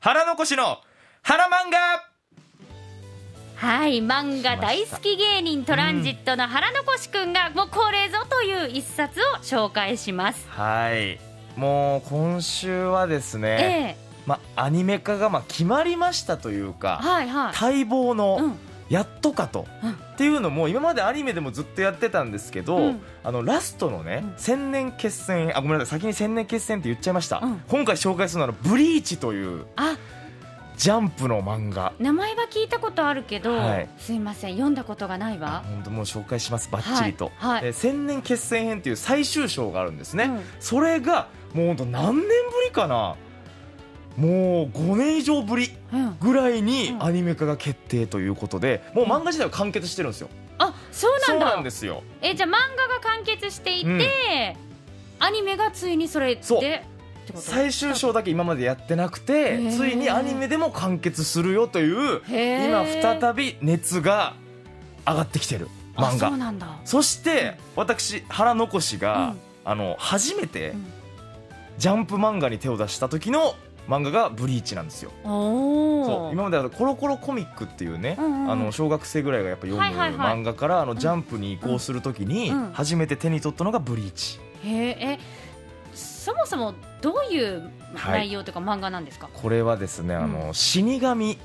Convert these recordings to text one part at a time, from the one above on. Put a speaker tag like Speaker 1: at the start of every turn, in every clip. Speaker 1: 腹残しの腹漫画
Speaker 2: はい漫画大好き芸人トランジットの腹残しくんが、もうこれぞという一冊を紹介します
Speaker 1: はいもう今週はです
Speaker 2: え
Speaker 1: ね、
Speaker 2: え
Speaker 1: まあアニメ化がまあ決まりましたというか
Speaker 2: はいはい
Speaker 1: 待望
Speaker 2: う
Speaker 1: の
Speaker 2: ん
Speaker 1: やっとかと、
Speaker 2: うん
Speaker 1: っていうのも今までアニメでもずっとやってたんですけど、
Speaker 2: うん
Speaker 1: あのラストのね、
Speaker 2: うん
Speaker 1: 千年決戦あごめんなさい先に千年決戦って言っちゃいました、
Speaker 2: うん
Speaker 1: 今回紹介するのは「ブリーチ」という
Speaker 2: あ
Speaker 1: ジャンプの漫画
Speaker 2: 名前は聞いたことあるけど、
Speaker 1: はい
Speaker 2: すいません読んだことがないわ
Speaker 1: 本当もう紹介しますばっちりと、
Speaker 2: はいはい
Speaker 1: えー千年決戦編っていう最終章があるんですね、
Speaker 2: うん
Speaker 1: それがもう本当何年ぶりかなもう5年以上ぶり
Speaker 2: うん
Speaker 1: ぐらいに
Speaker 2: うん
Speaker 1: アニメ化が決定ということで、もう漫画自体は完結してるんですよ、
Speaker 2: あそうなんだ
Speaker 1: ですよ
Speaker 2: えじゃあ漫画が完結していて、
Speaker 1: うん
Speaker 2: アニメがついにそれで
Speaker 1: そう
Speaker 2: ってこと
Speaker 1: 最終章だけ今までやってなくて
Speaker 2: へー
Speaker 1: ついにアニメでも完結するよという
Speaker 2: へ
Speaker 1: 今
Speaker 2: ー
Speaker 1: 再び熱が上がってきてる
Speaker 2: あ
Speaker 1: 漫
Speaker 2: そう
Speaker 1: 画
Speaker 2: なんだ
Speaker 1: そして私原残しが、
Speaker 2: うん
Speaker 1: あの初めて
Speaker 2: うん
Speaker 1: ジャンプ漫画に手を出した時の漫画が「ブリーチ」なんですよそ
Speaker 2: お
Speaker 1: う
Speaker 2: お
Speaker 1: 今まであのコロコロコミックっていうね、
Speaker 2: うんうんうん
Speaker 1: あの小学生ぐらいがやっぱ読
Speaker 2: はいはい
Speaker 1: む
Speaker 2: はい
Speaker 1: 漫画から、あのジャンプに移行するときに
Speaker 2: うん
Speaker 1: 初めて手に取ったのが「ブリーチ」
Speaker 2: へーえそもそもどういう
Speaker 1: はい
Speaker 2: 内容というか漫画なんですか、
Speaker 1: これはですね、あ
Speaker 2: う
Speaker 1: の死神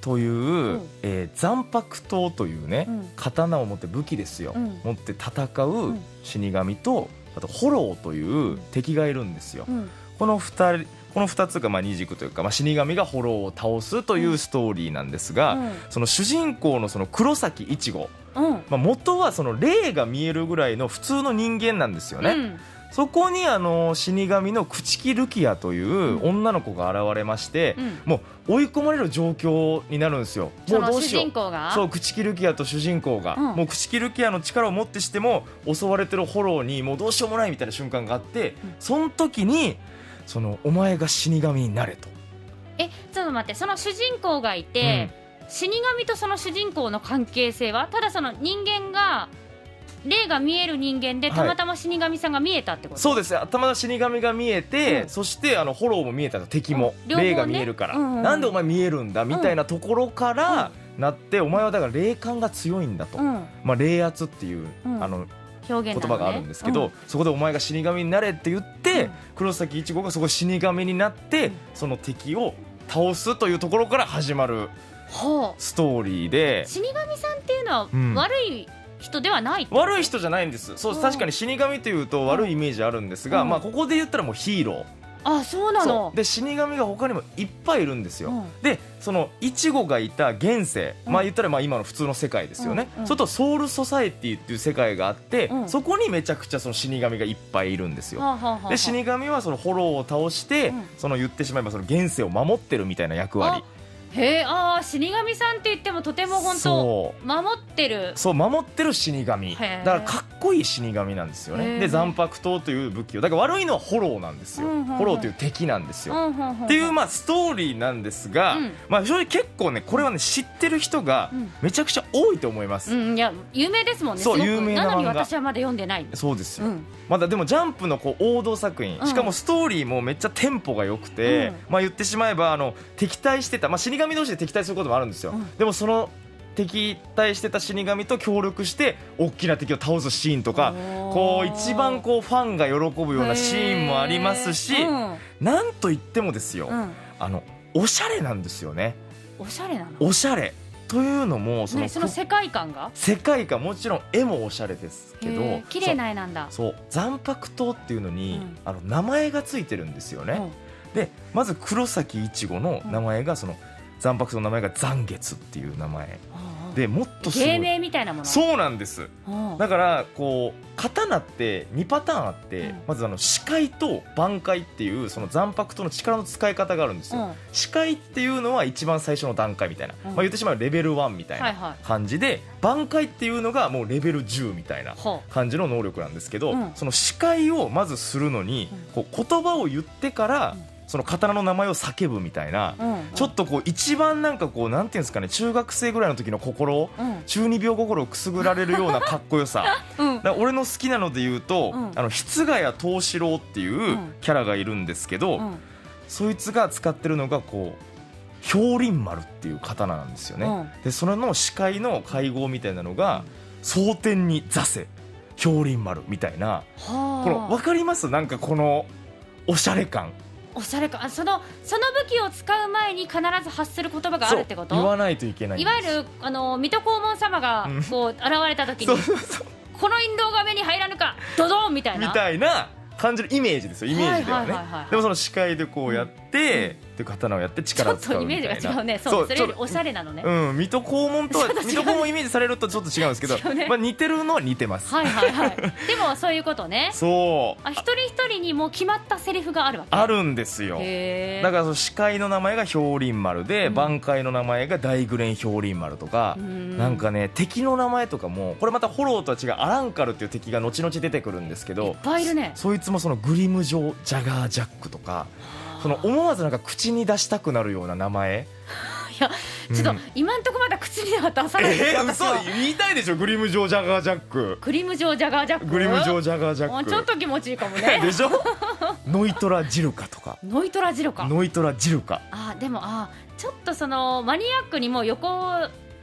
Speaker 1: という、
Speaker 2: ん
Speaker 1: えー斬白刀というね、
Speaker 2: うん
Speaker 1: 刀を持って武器ですよ、
Speaker 2: うん
Speaker 1: 持って戦
Speaker 2: う
Speaker 1: うん死神とあとホローという敵がいるんですよ、
Speaker 2: うん
Speaker 1: この2人この2つがまあ二軸というか、まあ、死神がホローを倒すというストーリーなんですが、その主人公のその黒崎一護、
Speaker 2: うんうん
Speaker 1: まあ、元はその霊が見えるぐらいの普通の人間なんですよね、
Speaker 2: うん
Speaker 1: そこにあの死神の朽木ルキアという女の子が現れまして、
Speaker 2: うん
Speaker 1: もう追い込まれる状況になるんですよも
Speaker 2: そうの
Speaker 1: どう
Speaker 2: 主
Speaker 1: しよ
Speaker 2: 人
Speaker 1: う
Speaker 2: 公が
Speaker 1: そう朽木ルキアと主人公が、
Speaker 2: うん
Speaker 1: もう朽木ルキアの力をもってしても襲われてるホローにもうどうしようもないみたいな瞬間があって、
Speaker 2: うん
Speaker 1: その時にそのお前が死神になれと、
Speaker 2: えちょっと待ってその主人公がいて、死神とその主人公の関係性はただその人間が霊が見える人間で
Speaker 1: はい
Speaker 2: たまたま死神さんが見えたってこと、
Speaker 1: そうです頭の死神が見えて、
Speaker 2: うん
Speaker 1: そしてあのホローも見えたと敵も、
Speaker 2: うん両方ね
Speaker 1: 霊が見えるから、
Speaker 2: うんうん
Speaker 1: なんでお前見えるんだみたいなところから、なってお前はだから霊感が強いんだと、
Speaker 2: うん、
Speaker 1: まあ、霊圧っていう、
Speaker 2: うん
Speaker 1: あの
Speaker 2: 表
Speaker 1: 言
Speaker 2: 現なの
Speaker 1: 葉
Speaker 2: ね
Speaker 1: があるんですけど、、そこでお前が死神になれって言って、
Speaker 2: うん
Speaker 1: 黒崎一護がそこ死神になって、
Speaker 2: うん
Speaker 1: その敵を倒すというところから始まる
Speaker 2: うんほう
Speaker 1: ストーリーで
Speaker 2: 死神さんっていうのは
Speaker 1: うん
Speaker 2: 悪い人ではない、
Speaker 1: 悪い人じゃないんですそう
Speaker 2: うん
Speaker 1: 確かに死神というと悪いイメージあるんですが、
Speaker 2: うん
Speaker 1: まあ、ここで言ったらもうヒーロ
Speaker 2: あそう
Speaker 1: ー
Speaker 2: な
Speaker 1: そ
Speaker 2: の
Speaker 1: うで死神が他にもいっぱいいるんですよ。
Speaker 2: うん
Speaker 1: でそのイチゴがいた現世、
Speaker 2: うん
Speaker 1: まあ言ったらまあ今の普通の世界ですよね、
Speaker 2: うんうん
Speaker 1: それとソウルソサエティっていう世界があって、
Speaker 2: うん
Speaker 1: そこにめちゃくちゃその死神がいっぱいいるんですよ。
Speaker 2: はあはあはあ
Speaker 1: で死神はそのホローを倒して、
Speaker 2: うん
Speaker 1: その言ってしまえばその現世を守ってるみたいな役割
Speaker 2: へえあー死神さんって言ってもとても本当
Speaker 1: そう
Speaker 2: 守ってる
Speaker 1: そう守ってる死神だか
Speaker 2: へー
Speaker 1: らかっこいい死神なんですよ
Speaker 2: へ
Speaker 1: ね
Speaker 2: ー
Speaker 1: で残白刀という武器をだから悪いのはホローなんですよ、
Speaker 2: うんうんうん
Speaker 1: ホローという敵なんですよ、
Speaker 2: んんんん
Speaker 1: っていうまあストーリーなんですが、
Speaker 2: うん
Speaker 1: まあ、正直結構ねこれはね知ってる人が
Speaker 2: うん
Speaker 1: めちゃくちゃ多いと思います、
Speaker 2: うん、いや有名ですもんね
Speaker 1: そう
Speaker 2: すごく
Speaker 1: 有名な漫画
Speaker 2: のに私はまだ読んでない
Speaker 1: そうですよ、
Speaker 2: うん
Speaker 1: まだでもジャンプのこう王道作品
Speaker 2: うん
Speaker 1: しかもストーリーもめっちゃテンポが良くて、まあ言ってしまえばあの敵対してた、まあ、死神同士で敵対することもあるんですよ、
Speaker 2: うん
Speaker 1: でもその敵対してた死神と協力して大きな敵を倒すシーンとかこう一番こうファンが喜ぶようなシーンもありますし、
Speaker 2: へー
Speaker 1: なんといってもですよ、
Speaker 2: うんうん
Speaker 1: あのおしゃれなんですよね
Speaker 2: おしゃれなの
Speaker 1: おしゃれというのもその,、
Speaker 2: ね、その世界観が
Speaker 1: 世界観もちろん絵もおしゃれですけ
Speaker 2: へ
Speaker 1: ど
Speaker 2: ー綺麗な絵なんだ
Speaker 1: そう残白刀っていうのに、
Speaker 2: うん
Speaker 1: あの名前がついてるんですよね、でまず黒崎一護の名前がその、残白刀の名前が残月っていう名前
Speaker 2: で
Speaker 1: でもっとすご
Speaker 2: 芸
Speaker 1: い
Speaker 2: 名みたいなもの
Speaker 1: そうなんです
Speaker 2: うん
Speaker 1: だからこう刀って2パターンあって、
Speaker 2: うん
Speaker 1: まずあの視界と挽回っていうその残白刀の力の使い方があるんですよ、
Speaker 2: うん
Speaker 1: 視界っていうのは一番最初の段階みたいな、
Speaker 2: うん
Speaker 1: まあ、言ってしまえばレベル1みたい
Speaker 2: はい
Speaker 1: な
Speaker 2: は
Speaker 1: 感じで挽回っていうのがもうレベル10みたいない
Speaker 2: ほ
Speaker 1: 感じの能力なんですけど、
Speaker 2: うん
Speaker 1: その視界をまずするのに、こう言葉を言ってから、その刀の名前を叫ぶみたいな、
Speaker 2: う、うん、
Speaker 1: ちょっとこう一番なんかこうなんていうんですかね中学生ぐらいの時の心
Speaker 2: うん
Speaker 1: 中二病心をくすぐられるようなかっこよ さ
Speaker 2: うん
Speaker 1: だから俺の好きなので言うと、
Speaker 2: うん
Speaker 1: あの筆ヶ谷藤四郎っていうんキャラがいるんですけど、
Speaker 2: うん
Speaker 1: そいつが使ってるのがこう氷林丸っていう刀なんですよね、
Speaker 2: う
Speaker 1: でそれの司会の会合みたいなのが蒼天に座せ氷林丸みたいなこの分
Speaker 2: はあ
Speaker 1: かりますなんかこのおしゃれ感
Speaker 2: おしゃれかあそのその武器を使う前に必ず発する言葉があるってこ
Speaker 1: そう言わ
Speaker 2: と
Speaker 1: ないといけない
Speaker 2: い
Speaker 1: んです
Speaker 2: わゆるあの水戸黄門様が
Speaker 1: うん
Speaker 2: こう現れた時
Speaker 1: そう
Speaker 2: に
Speaker 1: そうそう
Speaker 2: この印籠が目に入らぬかドドンみたい
Speaker 1: み
Speaker 2: な
Speaker 1: たいな感じのイメージですよイメージではね
Speaker 2: はいはいはいはい
Speaker 1: でもその司会でこうやって、で刀をやって
Speaker 2: ちょ
Speaker 1: 力を
Speaker 2: っ
Speaker 1: 使
Speaker 2: と
Speaker 1: う
Speaker 2: イ
Speaker 1: み
Speaker 2: メ
Speaker 1: たいな
Speaker 2: ージが違うねそう
Speaker 1: そう
Speaker 2: それより
Speaker 1: ちょ
Speaker 2: お
Speaker 1: っ
Speaker 2: しゃれなのね、
Speaker 1: うん、水戸黄門とは
Speaker 2: ちょっと違う
Speaker 1: 水戸黄門をイメージされるとちょっと違うんですけど、
Speaker 2: 違うね
Speaker 1: まあ、似てるのは似てます、
Speaker 2: はいはいはい でもそういうことね
Speaker 1: そう
Speaker 2: あ一人一人にもう決まったセリフがあるわけ
Speaker 1: あるんですよ
Speaker 2: へえ
Speaker 1: だからその司会の名前が氷林丸で、
Speaker 2: うん
Speaker 1: 挽回の名前が大紅蓮氷林丸とか、
Speaker 2: うん
Speaker 1: なんかね敵の名前とかもこれまたホローとは違うアランカルっていう敵が後々出てくるんですけ
Speaker 2: いっ
Speaker 1: ど
Speaker 2: ぱいいるね
Speaker 1: そいつもそのグリム城ジャガージャックとかその思わずなんか口に出したくなるような名前
Speaker 2: いやちょっと今んとこまだ口には出さないです
Speaker 1: えー、
Speaker 2: 私
Speaker 1: 嘘
Speaker 2: は
Speaker 1: 言いたいでしょグリム城ジャガージャック
Speaker 2: クリムジョージャガージャック
Speaker 1: グリム城ジャガージャ
Speaker 2: も
Speaker 1: ッ
Speaker 2: う
Speaker 1: ク
Speaker 2: ちょっと気持ちいいか も
Speaker 1: で
Speaker 2: ね
Speaker 1: しょノイトラジルカとか
Speaker 2: ノイトラジロか
Speaker 1: ノイトラジルカ
Speaker 2: あーでもあーちょっとそのマニアックにもう横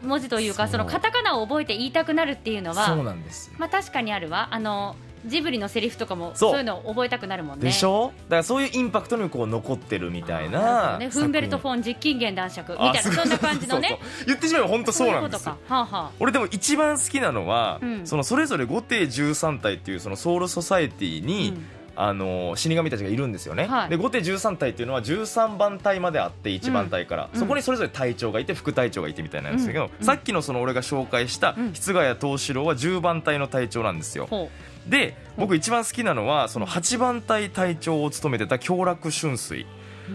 Speaker 2: 文字というか
Speaker 1: そう
Speaker 2: そのカタカナを覚えて言いたくなるっていうの
Speaker 1: そう
Speaker 2: は
Speaker 1: なんです
Speaker 2: まあ確かにあるわあのジブリのセリフとかも
Speaker 1: そう
Speaker 2: そういうのを覚えたくなるもんね
Speaker 1: でしょだからそういうインパクトにもこう残ってるみたい
Speaker 2: あー
Speaker 1: な
Speaker 2: るほどねフンベルト・フ
Speaker 1: ォン
Speaker 2: ォン実験源男爵みたいなそんな感じのね
Speaker 1: 言ってしまえば本当そうなんです
Speaker 2: そい
Speaker 1: よ
Speaker 2: ことかはあはあ
Speaker 1: 俺でも一番好きなのは、
Speaker 2: うん
Speaker 1: そのそれぞれ5艇13体っていうそのソウルソサエティに、
Speaker 2: うん
Speaker 1: あの死神たちがいるんですよね、
Speaker 2: はい
Speaker 1: で5艇13体っていうのは13番隊まであって1番隊から、
Speaker 2: うん
Speaker 1: そこにそれぞれ隊長がいて副隊長がいてみたいなんですけど、
Speaker 2: うん
Speaker 1: さっきのその俺が紹介した
Speaker 2: うん
Speaker 1: 室ヶ谷藤四郎は10番隊の隊長なんですよ、
Speaker 2: ほ
Speaker 1: で僕一番好きなのはその8番隊隊長を務めてた京楽春水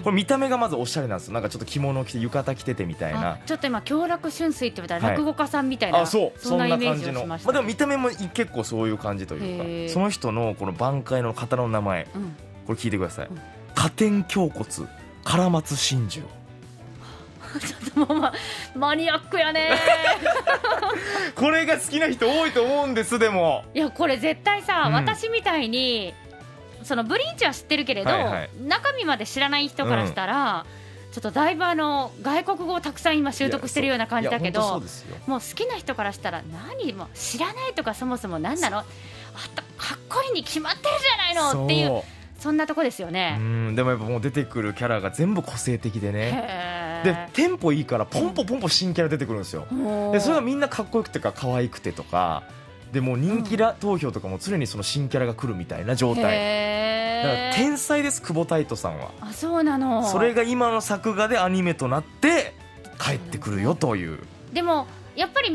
Speaker 1: これ見た目がまずおしゃれなんですよなんかちょっと着物を着て浴衣着ててみた
Speaker 2: う
Speaker 1: いな
Speaker 2: あちょっと今京楽春水って言ったら
Speaker 1: はい
Speaker 2: 落語家さんみたいな、
Speaker 1: あそう
Speaker 2: そんなイメージをし
Speaker 1: ま
Speaker 2: ま
Speaker 1: あ、
Speaker 2: した
Speaker 1: でも見た目も結構そういう感じと
Speaker 2: へ
Speaker 1: いう
Speaker 2: ー
Speaker 1: かその人のこの挽回の刀の名前
Speaker 2: うん
Speaker 1: これ聞いてください
Speaker 2: うん
Speaker 1: 「加点胸骨唐松真珠
Speaker 2: ちょっともうまマニアックやね」
Speaker 1: これが好きな人多いと思うんですでも
Speaker 2: いやこれ絶対さ、
Speaker 1: うん
Speaker 2: 私みたいにそのブリーチは知ってるけれど、
Speaker 1: はいはい
Speaker 2: 中身まで知らない人からしたら、ちょっとだいぶあの外国語をたくさん今習得してるような感じだけ
Speaker 1: いやそ
Speaker 2: ど
Speaker 1: ういや本当そうですよ
Speaker 2: もう好きな人からしたら何もう知らないとかそもそも何なのあったかっこいいに決まってるじゃないのっていう
Speaker 1: そ
Speaker 2: そんなとこですよ
Speaker 1: うう
Speaker 2: ね。
Speaker 1: んでもやっぱもう出てくるキャラが全部個性的でね
Speaker 2: へー
Speaker 1: でテンポいいからポンポポンポ新キャラ出てくるんですよ
Speaker 2: おー
Speaker 1: でそれがみんなかっこよくてか可愛くてとかでもう人気ら投票とかも常にその新キャラが来るみたいな状態だから
Speaker 2: へー
Speaker 1: 天才です久保太斗さんは
Speaker 2: あそうなの
Speaker 1: それが今の作画でアニメとなって帰ってくるよという
Speaker 2: でもやっぱり漫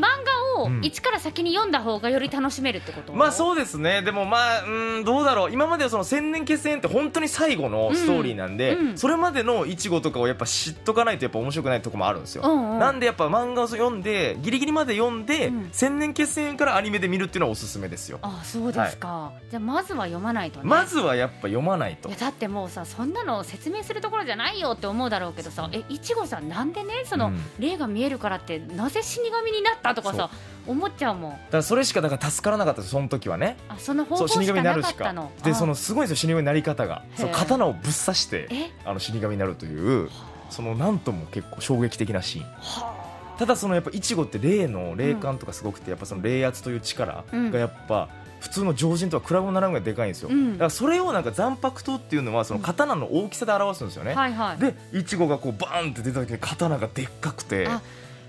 Speaker 1: う
Speaker 2: 画を
Speaker 1: ん
Speaker 2: 一から先に読んだ方がより楽しめるってこと、
Speaker 1: まあ
Speaker 2: う
Speaker 1: そうですねでもまあうんどうだろう今まではその千年決戦って本当に最後のストーリーなんで、
Speaker 2: うんうん
Speaker 1: それまでのイチゴとかをやっぱ知っとかないとやっぱ面白くないとこもあるんですよ、
Speaker 2: うんうん
Speaker 1: なんでやっぱ漫画を読んでギリギリまで読んで、
Speaker 2: うん
Speaker 1: 千年決戦からアニメで見るっていうのはおすすめですよ
Speaker 2: あそうですか、じゃあまずは読まないとね
Speaker 1: まずはやっぱ読まない
Speaker 2: い
Speaker 1: と
Speaker 2: やだってもうさそんなの説明するところじゃないよって思うだろうけどさえいちごさんなんでねその、
Speaker 1: うん
Speaker 2: 霊が見えるからってなぜ死神になったとかさ思っちゃうもん
Speaker 1: だからそれしかだから助からなかったですその時はね
Speaker 2: あその方
Speaker 1: そう
Speaker 2: 向
Speaker 1: 死神
Speaker 2: しか
Speaker 1: にな
Speaker 2: な
Speaker 1: る
Speaker 2: か
Speaker 1: し
Speaker 2: った
Speaker 1: か
Speaker 2: の
Speaker 1: で
Speaker 2: あ
Speaker 1: そのすごいんですよ死神になり方がそう
Speaker 2: へえ
Speaker 1: 刀をぶっ刺して
Speaker 2: え
Speaker 1: あの死神になるというそのなんとも結構衝撃的なシーン
Speaker 2: は
Speaker 1: ただそのやっぱイチゴって霊の霊感とかすごくて、やっぱその霊圧という力
Speaker 2: うん
Speaker 1: がやっぱ普通の常人とは比べもならんぐらいでかいんですよ、
Speaker 2: うん
Speaker 1: だからそれをなんか斬白刀っていうのはその刀の大きさで表すんですよね、
Speaker 2: あはいはい
Speaker 1: でイチゴがこうバーンって出た時に刀がでっかくて
Speaker 2: あ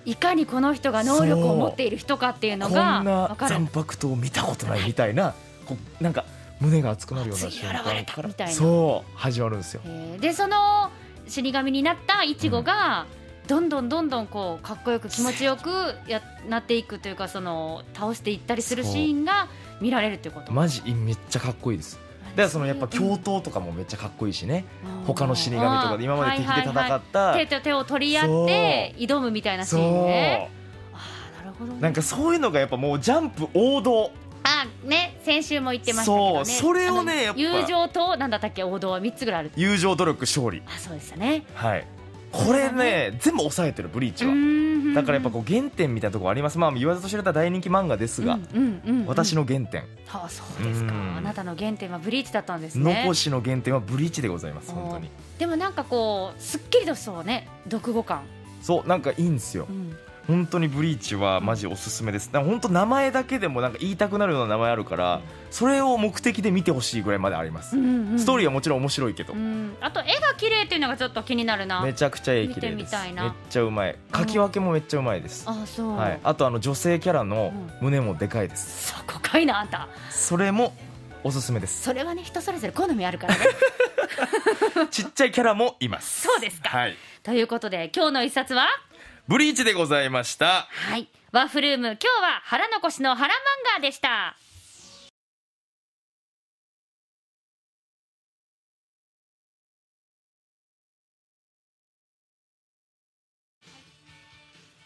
Speaker 2: いかにこの人が能力を持っている人かっていう
Speaker 1: こ
Speaker 2: の
Speaker 1: ん
Speaker 2: が
Speaker 1: な
Speaker 2: 分かる
Speaker 1: 斬白刀を見たことないみたいなこうなんか胸が熱くなるような
Speaker 2: 次
Speaker 1: 瞬
Speaker 2: 現れ
Speaker 1: 間
Speaker 2: た
Speaker 1: か
Speaker 2: みたい
Speaker 1: ら
Speaker 2: な
Speaker 1: そう始まるんですよ
Speaker 2: えーでその死神になったイチゴが、どんどんどんどんこうかっこよく気持ちよくやなっていくというかその倒していったりするシーンが見られるということ
Speaker 1: マジめっちゃかっこいいですだからそのやっぱ
Speaker 2: うん
Speaker 1: 教頭とかもめっちゃかっこいいしね
Speaker 2: うん
Speaker 1: 他の死神とかで今まで敵で
Speaker 2: はいはい
Speaker 1: 戦
Speaker 2: は
Speaker 1: っ
Speaker 2: い手
Speaker 1: た
Speaker 2: と手を取り合って挑むみたいなシ
Speaker 1: そ
Speaker 2: ーンね
Speaker 1: う
Speaker 2: あーなるほどね
Speaker 1: なんかそういうのがやっぱもうジャンプ王道
Speaker 2: あね先週も言ってましたけどね
Speaker 1: そうそれをね
Speaker 2: あの
Speaker 1: やっぱ
Speaker 2: 友情となんだったっけ王道は三つぐらいある
Speaker 1: 友情努力勝利
Speaker 2: あそうでしたね
Speaker 1: はいこれね全部抑えてるブリーチ
Speaker 2: う
Speaker 1: は
Speaker 2: ーん
Speaker 1: だからやっぱこう原点みたいなところあります、まあ、言わずと知れた大人気漫画ですが、
Speaker 2: うんうんうんうん
Speaker 1: 私の原点、
Speaker 2: あそうですか、
Speaker 1: うん
Speaker 2: あなたの原点はブリーチだったんですね
Speaker 1: 残しの原点はブリーチでございます、本当に。
Speaker 2: でもなんかこうすっきりとそうね読後感、
Speaker 1: そうなんかいいんですよ
Speaker 2: うん
Speaker 1: 本当にブリーチはマジおすすめですなんか本当名前だけでもなんか言いたくなるような名前あるからそれを目的で見てほしいぐらいまであります、ストーリー
Speaker 2: ー
Speaker 1: はもちろん面白いけど、
Speaker 2: うん、あと絵が綺麗っていうのがちょっと気になるな
Speaker 1: めちゃくちゃ絵綺麗
Speaker 2: 見て
Speaker 1: で
Speaker 2: み
Speaker 1: す
Speaker 2: たいな
Speaker 1: めっちゃうまい書き分けもめっちゃうまいです、
Speaker 2: あそう、
Speaker 1: はい、あとあの女性キャラの胸もでかいです、
Speaker 2: そこかいなあんた
Speaker 1: それもおすすめです
Speaker 2: それはね人それぞれ好みあるからね
Speaker 1: ちっちゃいキャラもいます
Speaker 2: そうですか
Speaker 1: はい
Speaker 2: ということで今日の一冊は
Speaker 1: ブリーチでございました
Speaker 2: はいワッフルーム今日は腹残しの腹漫画でした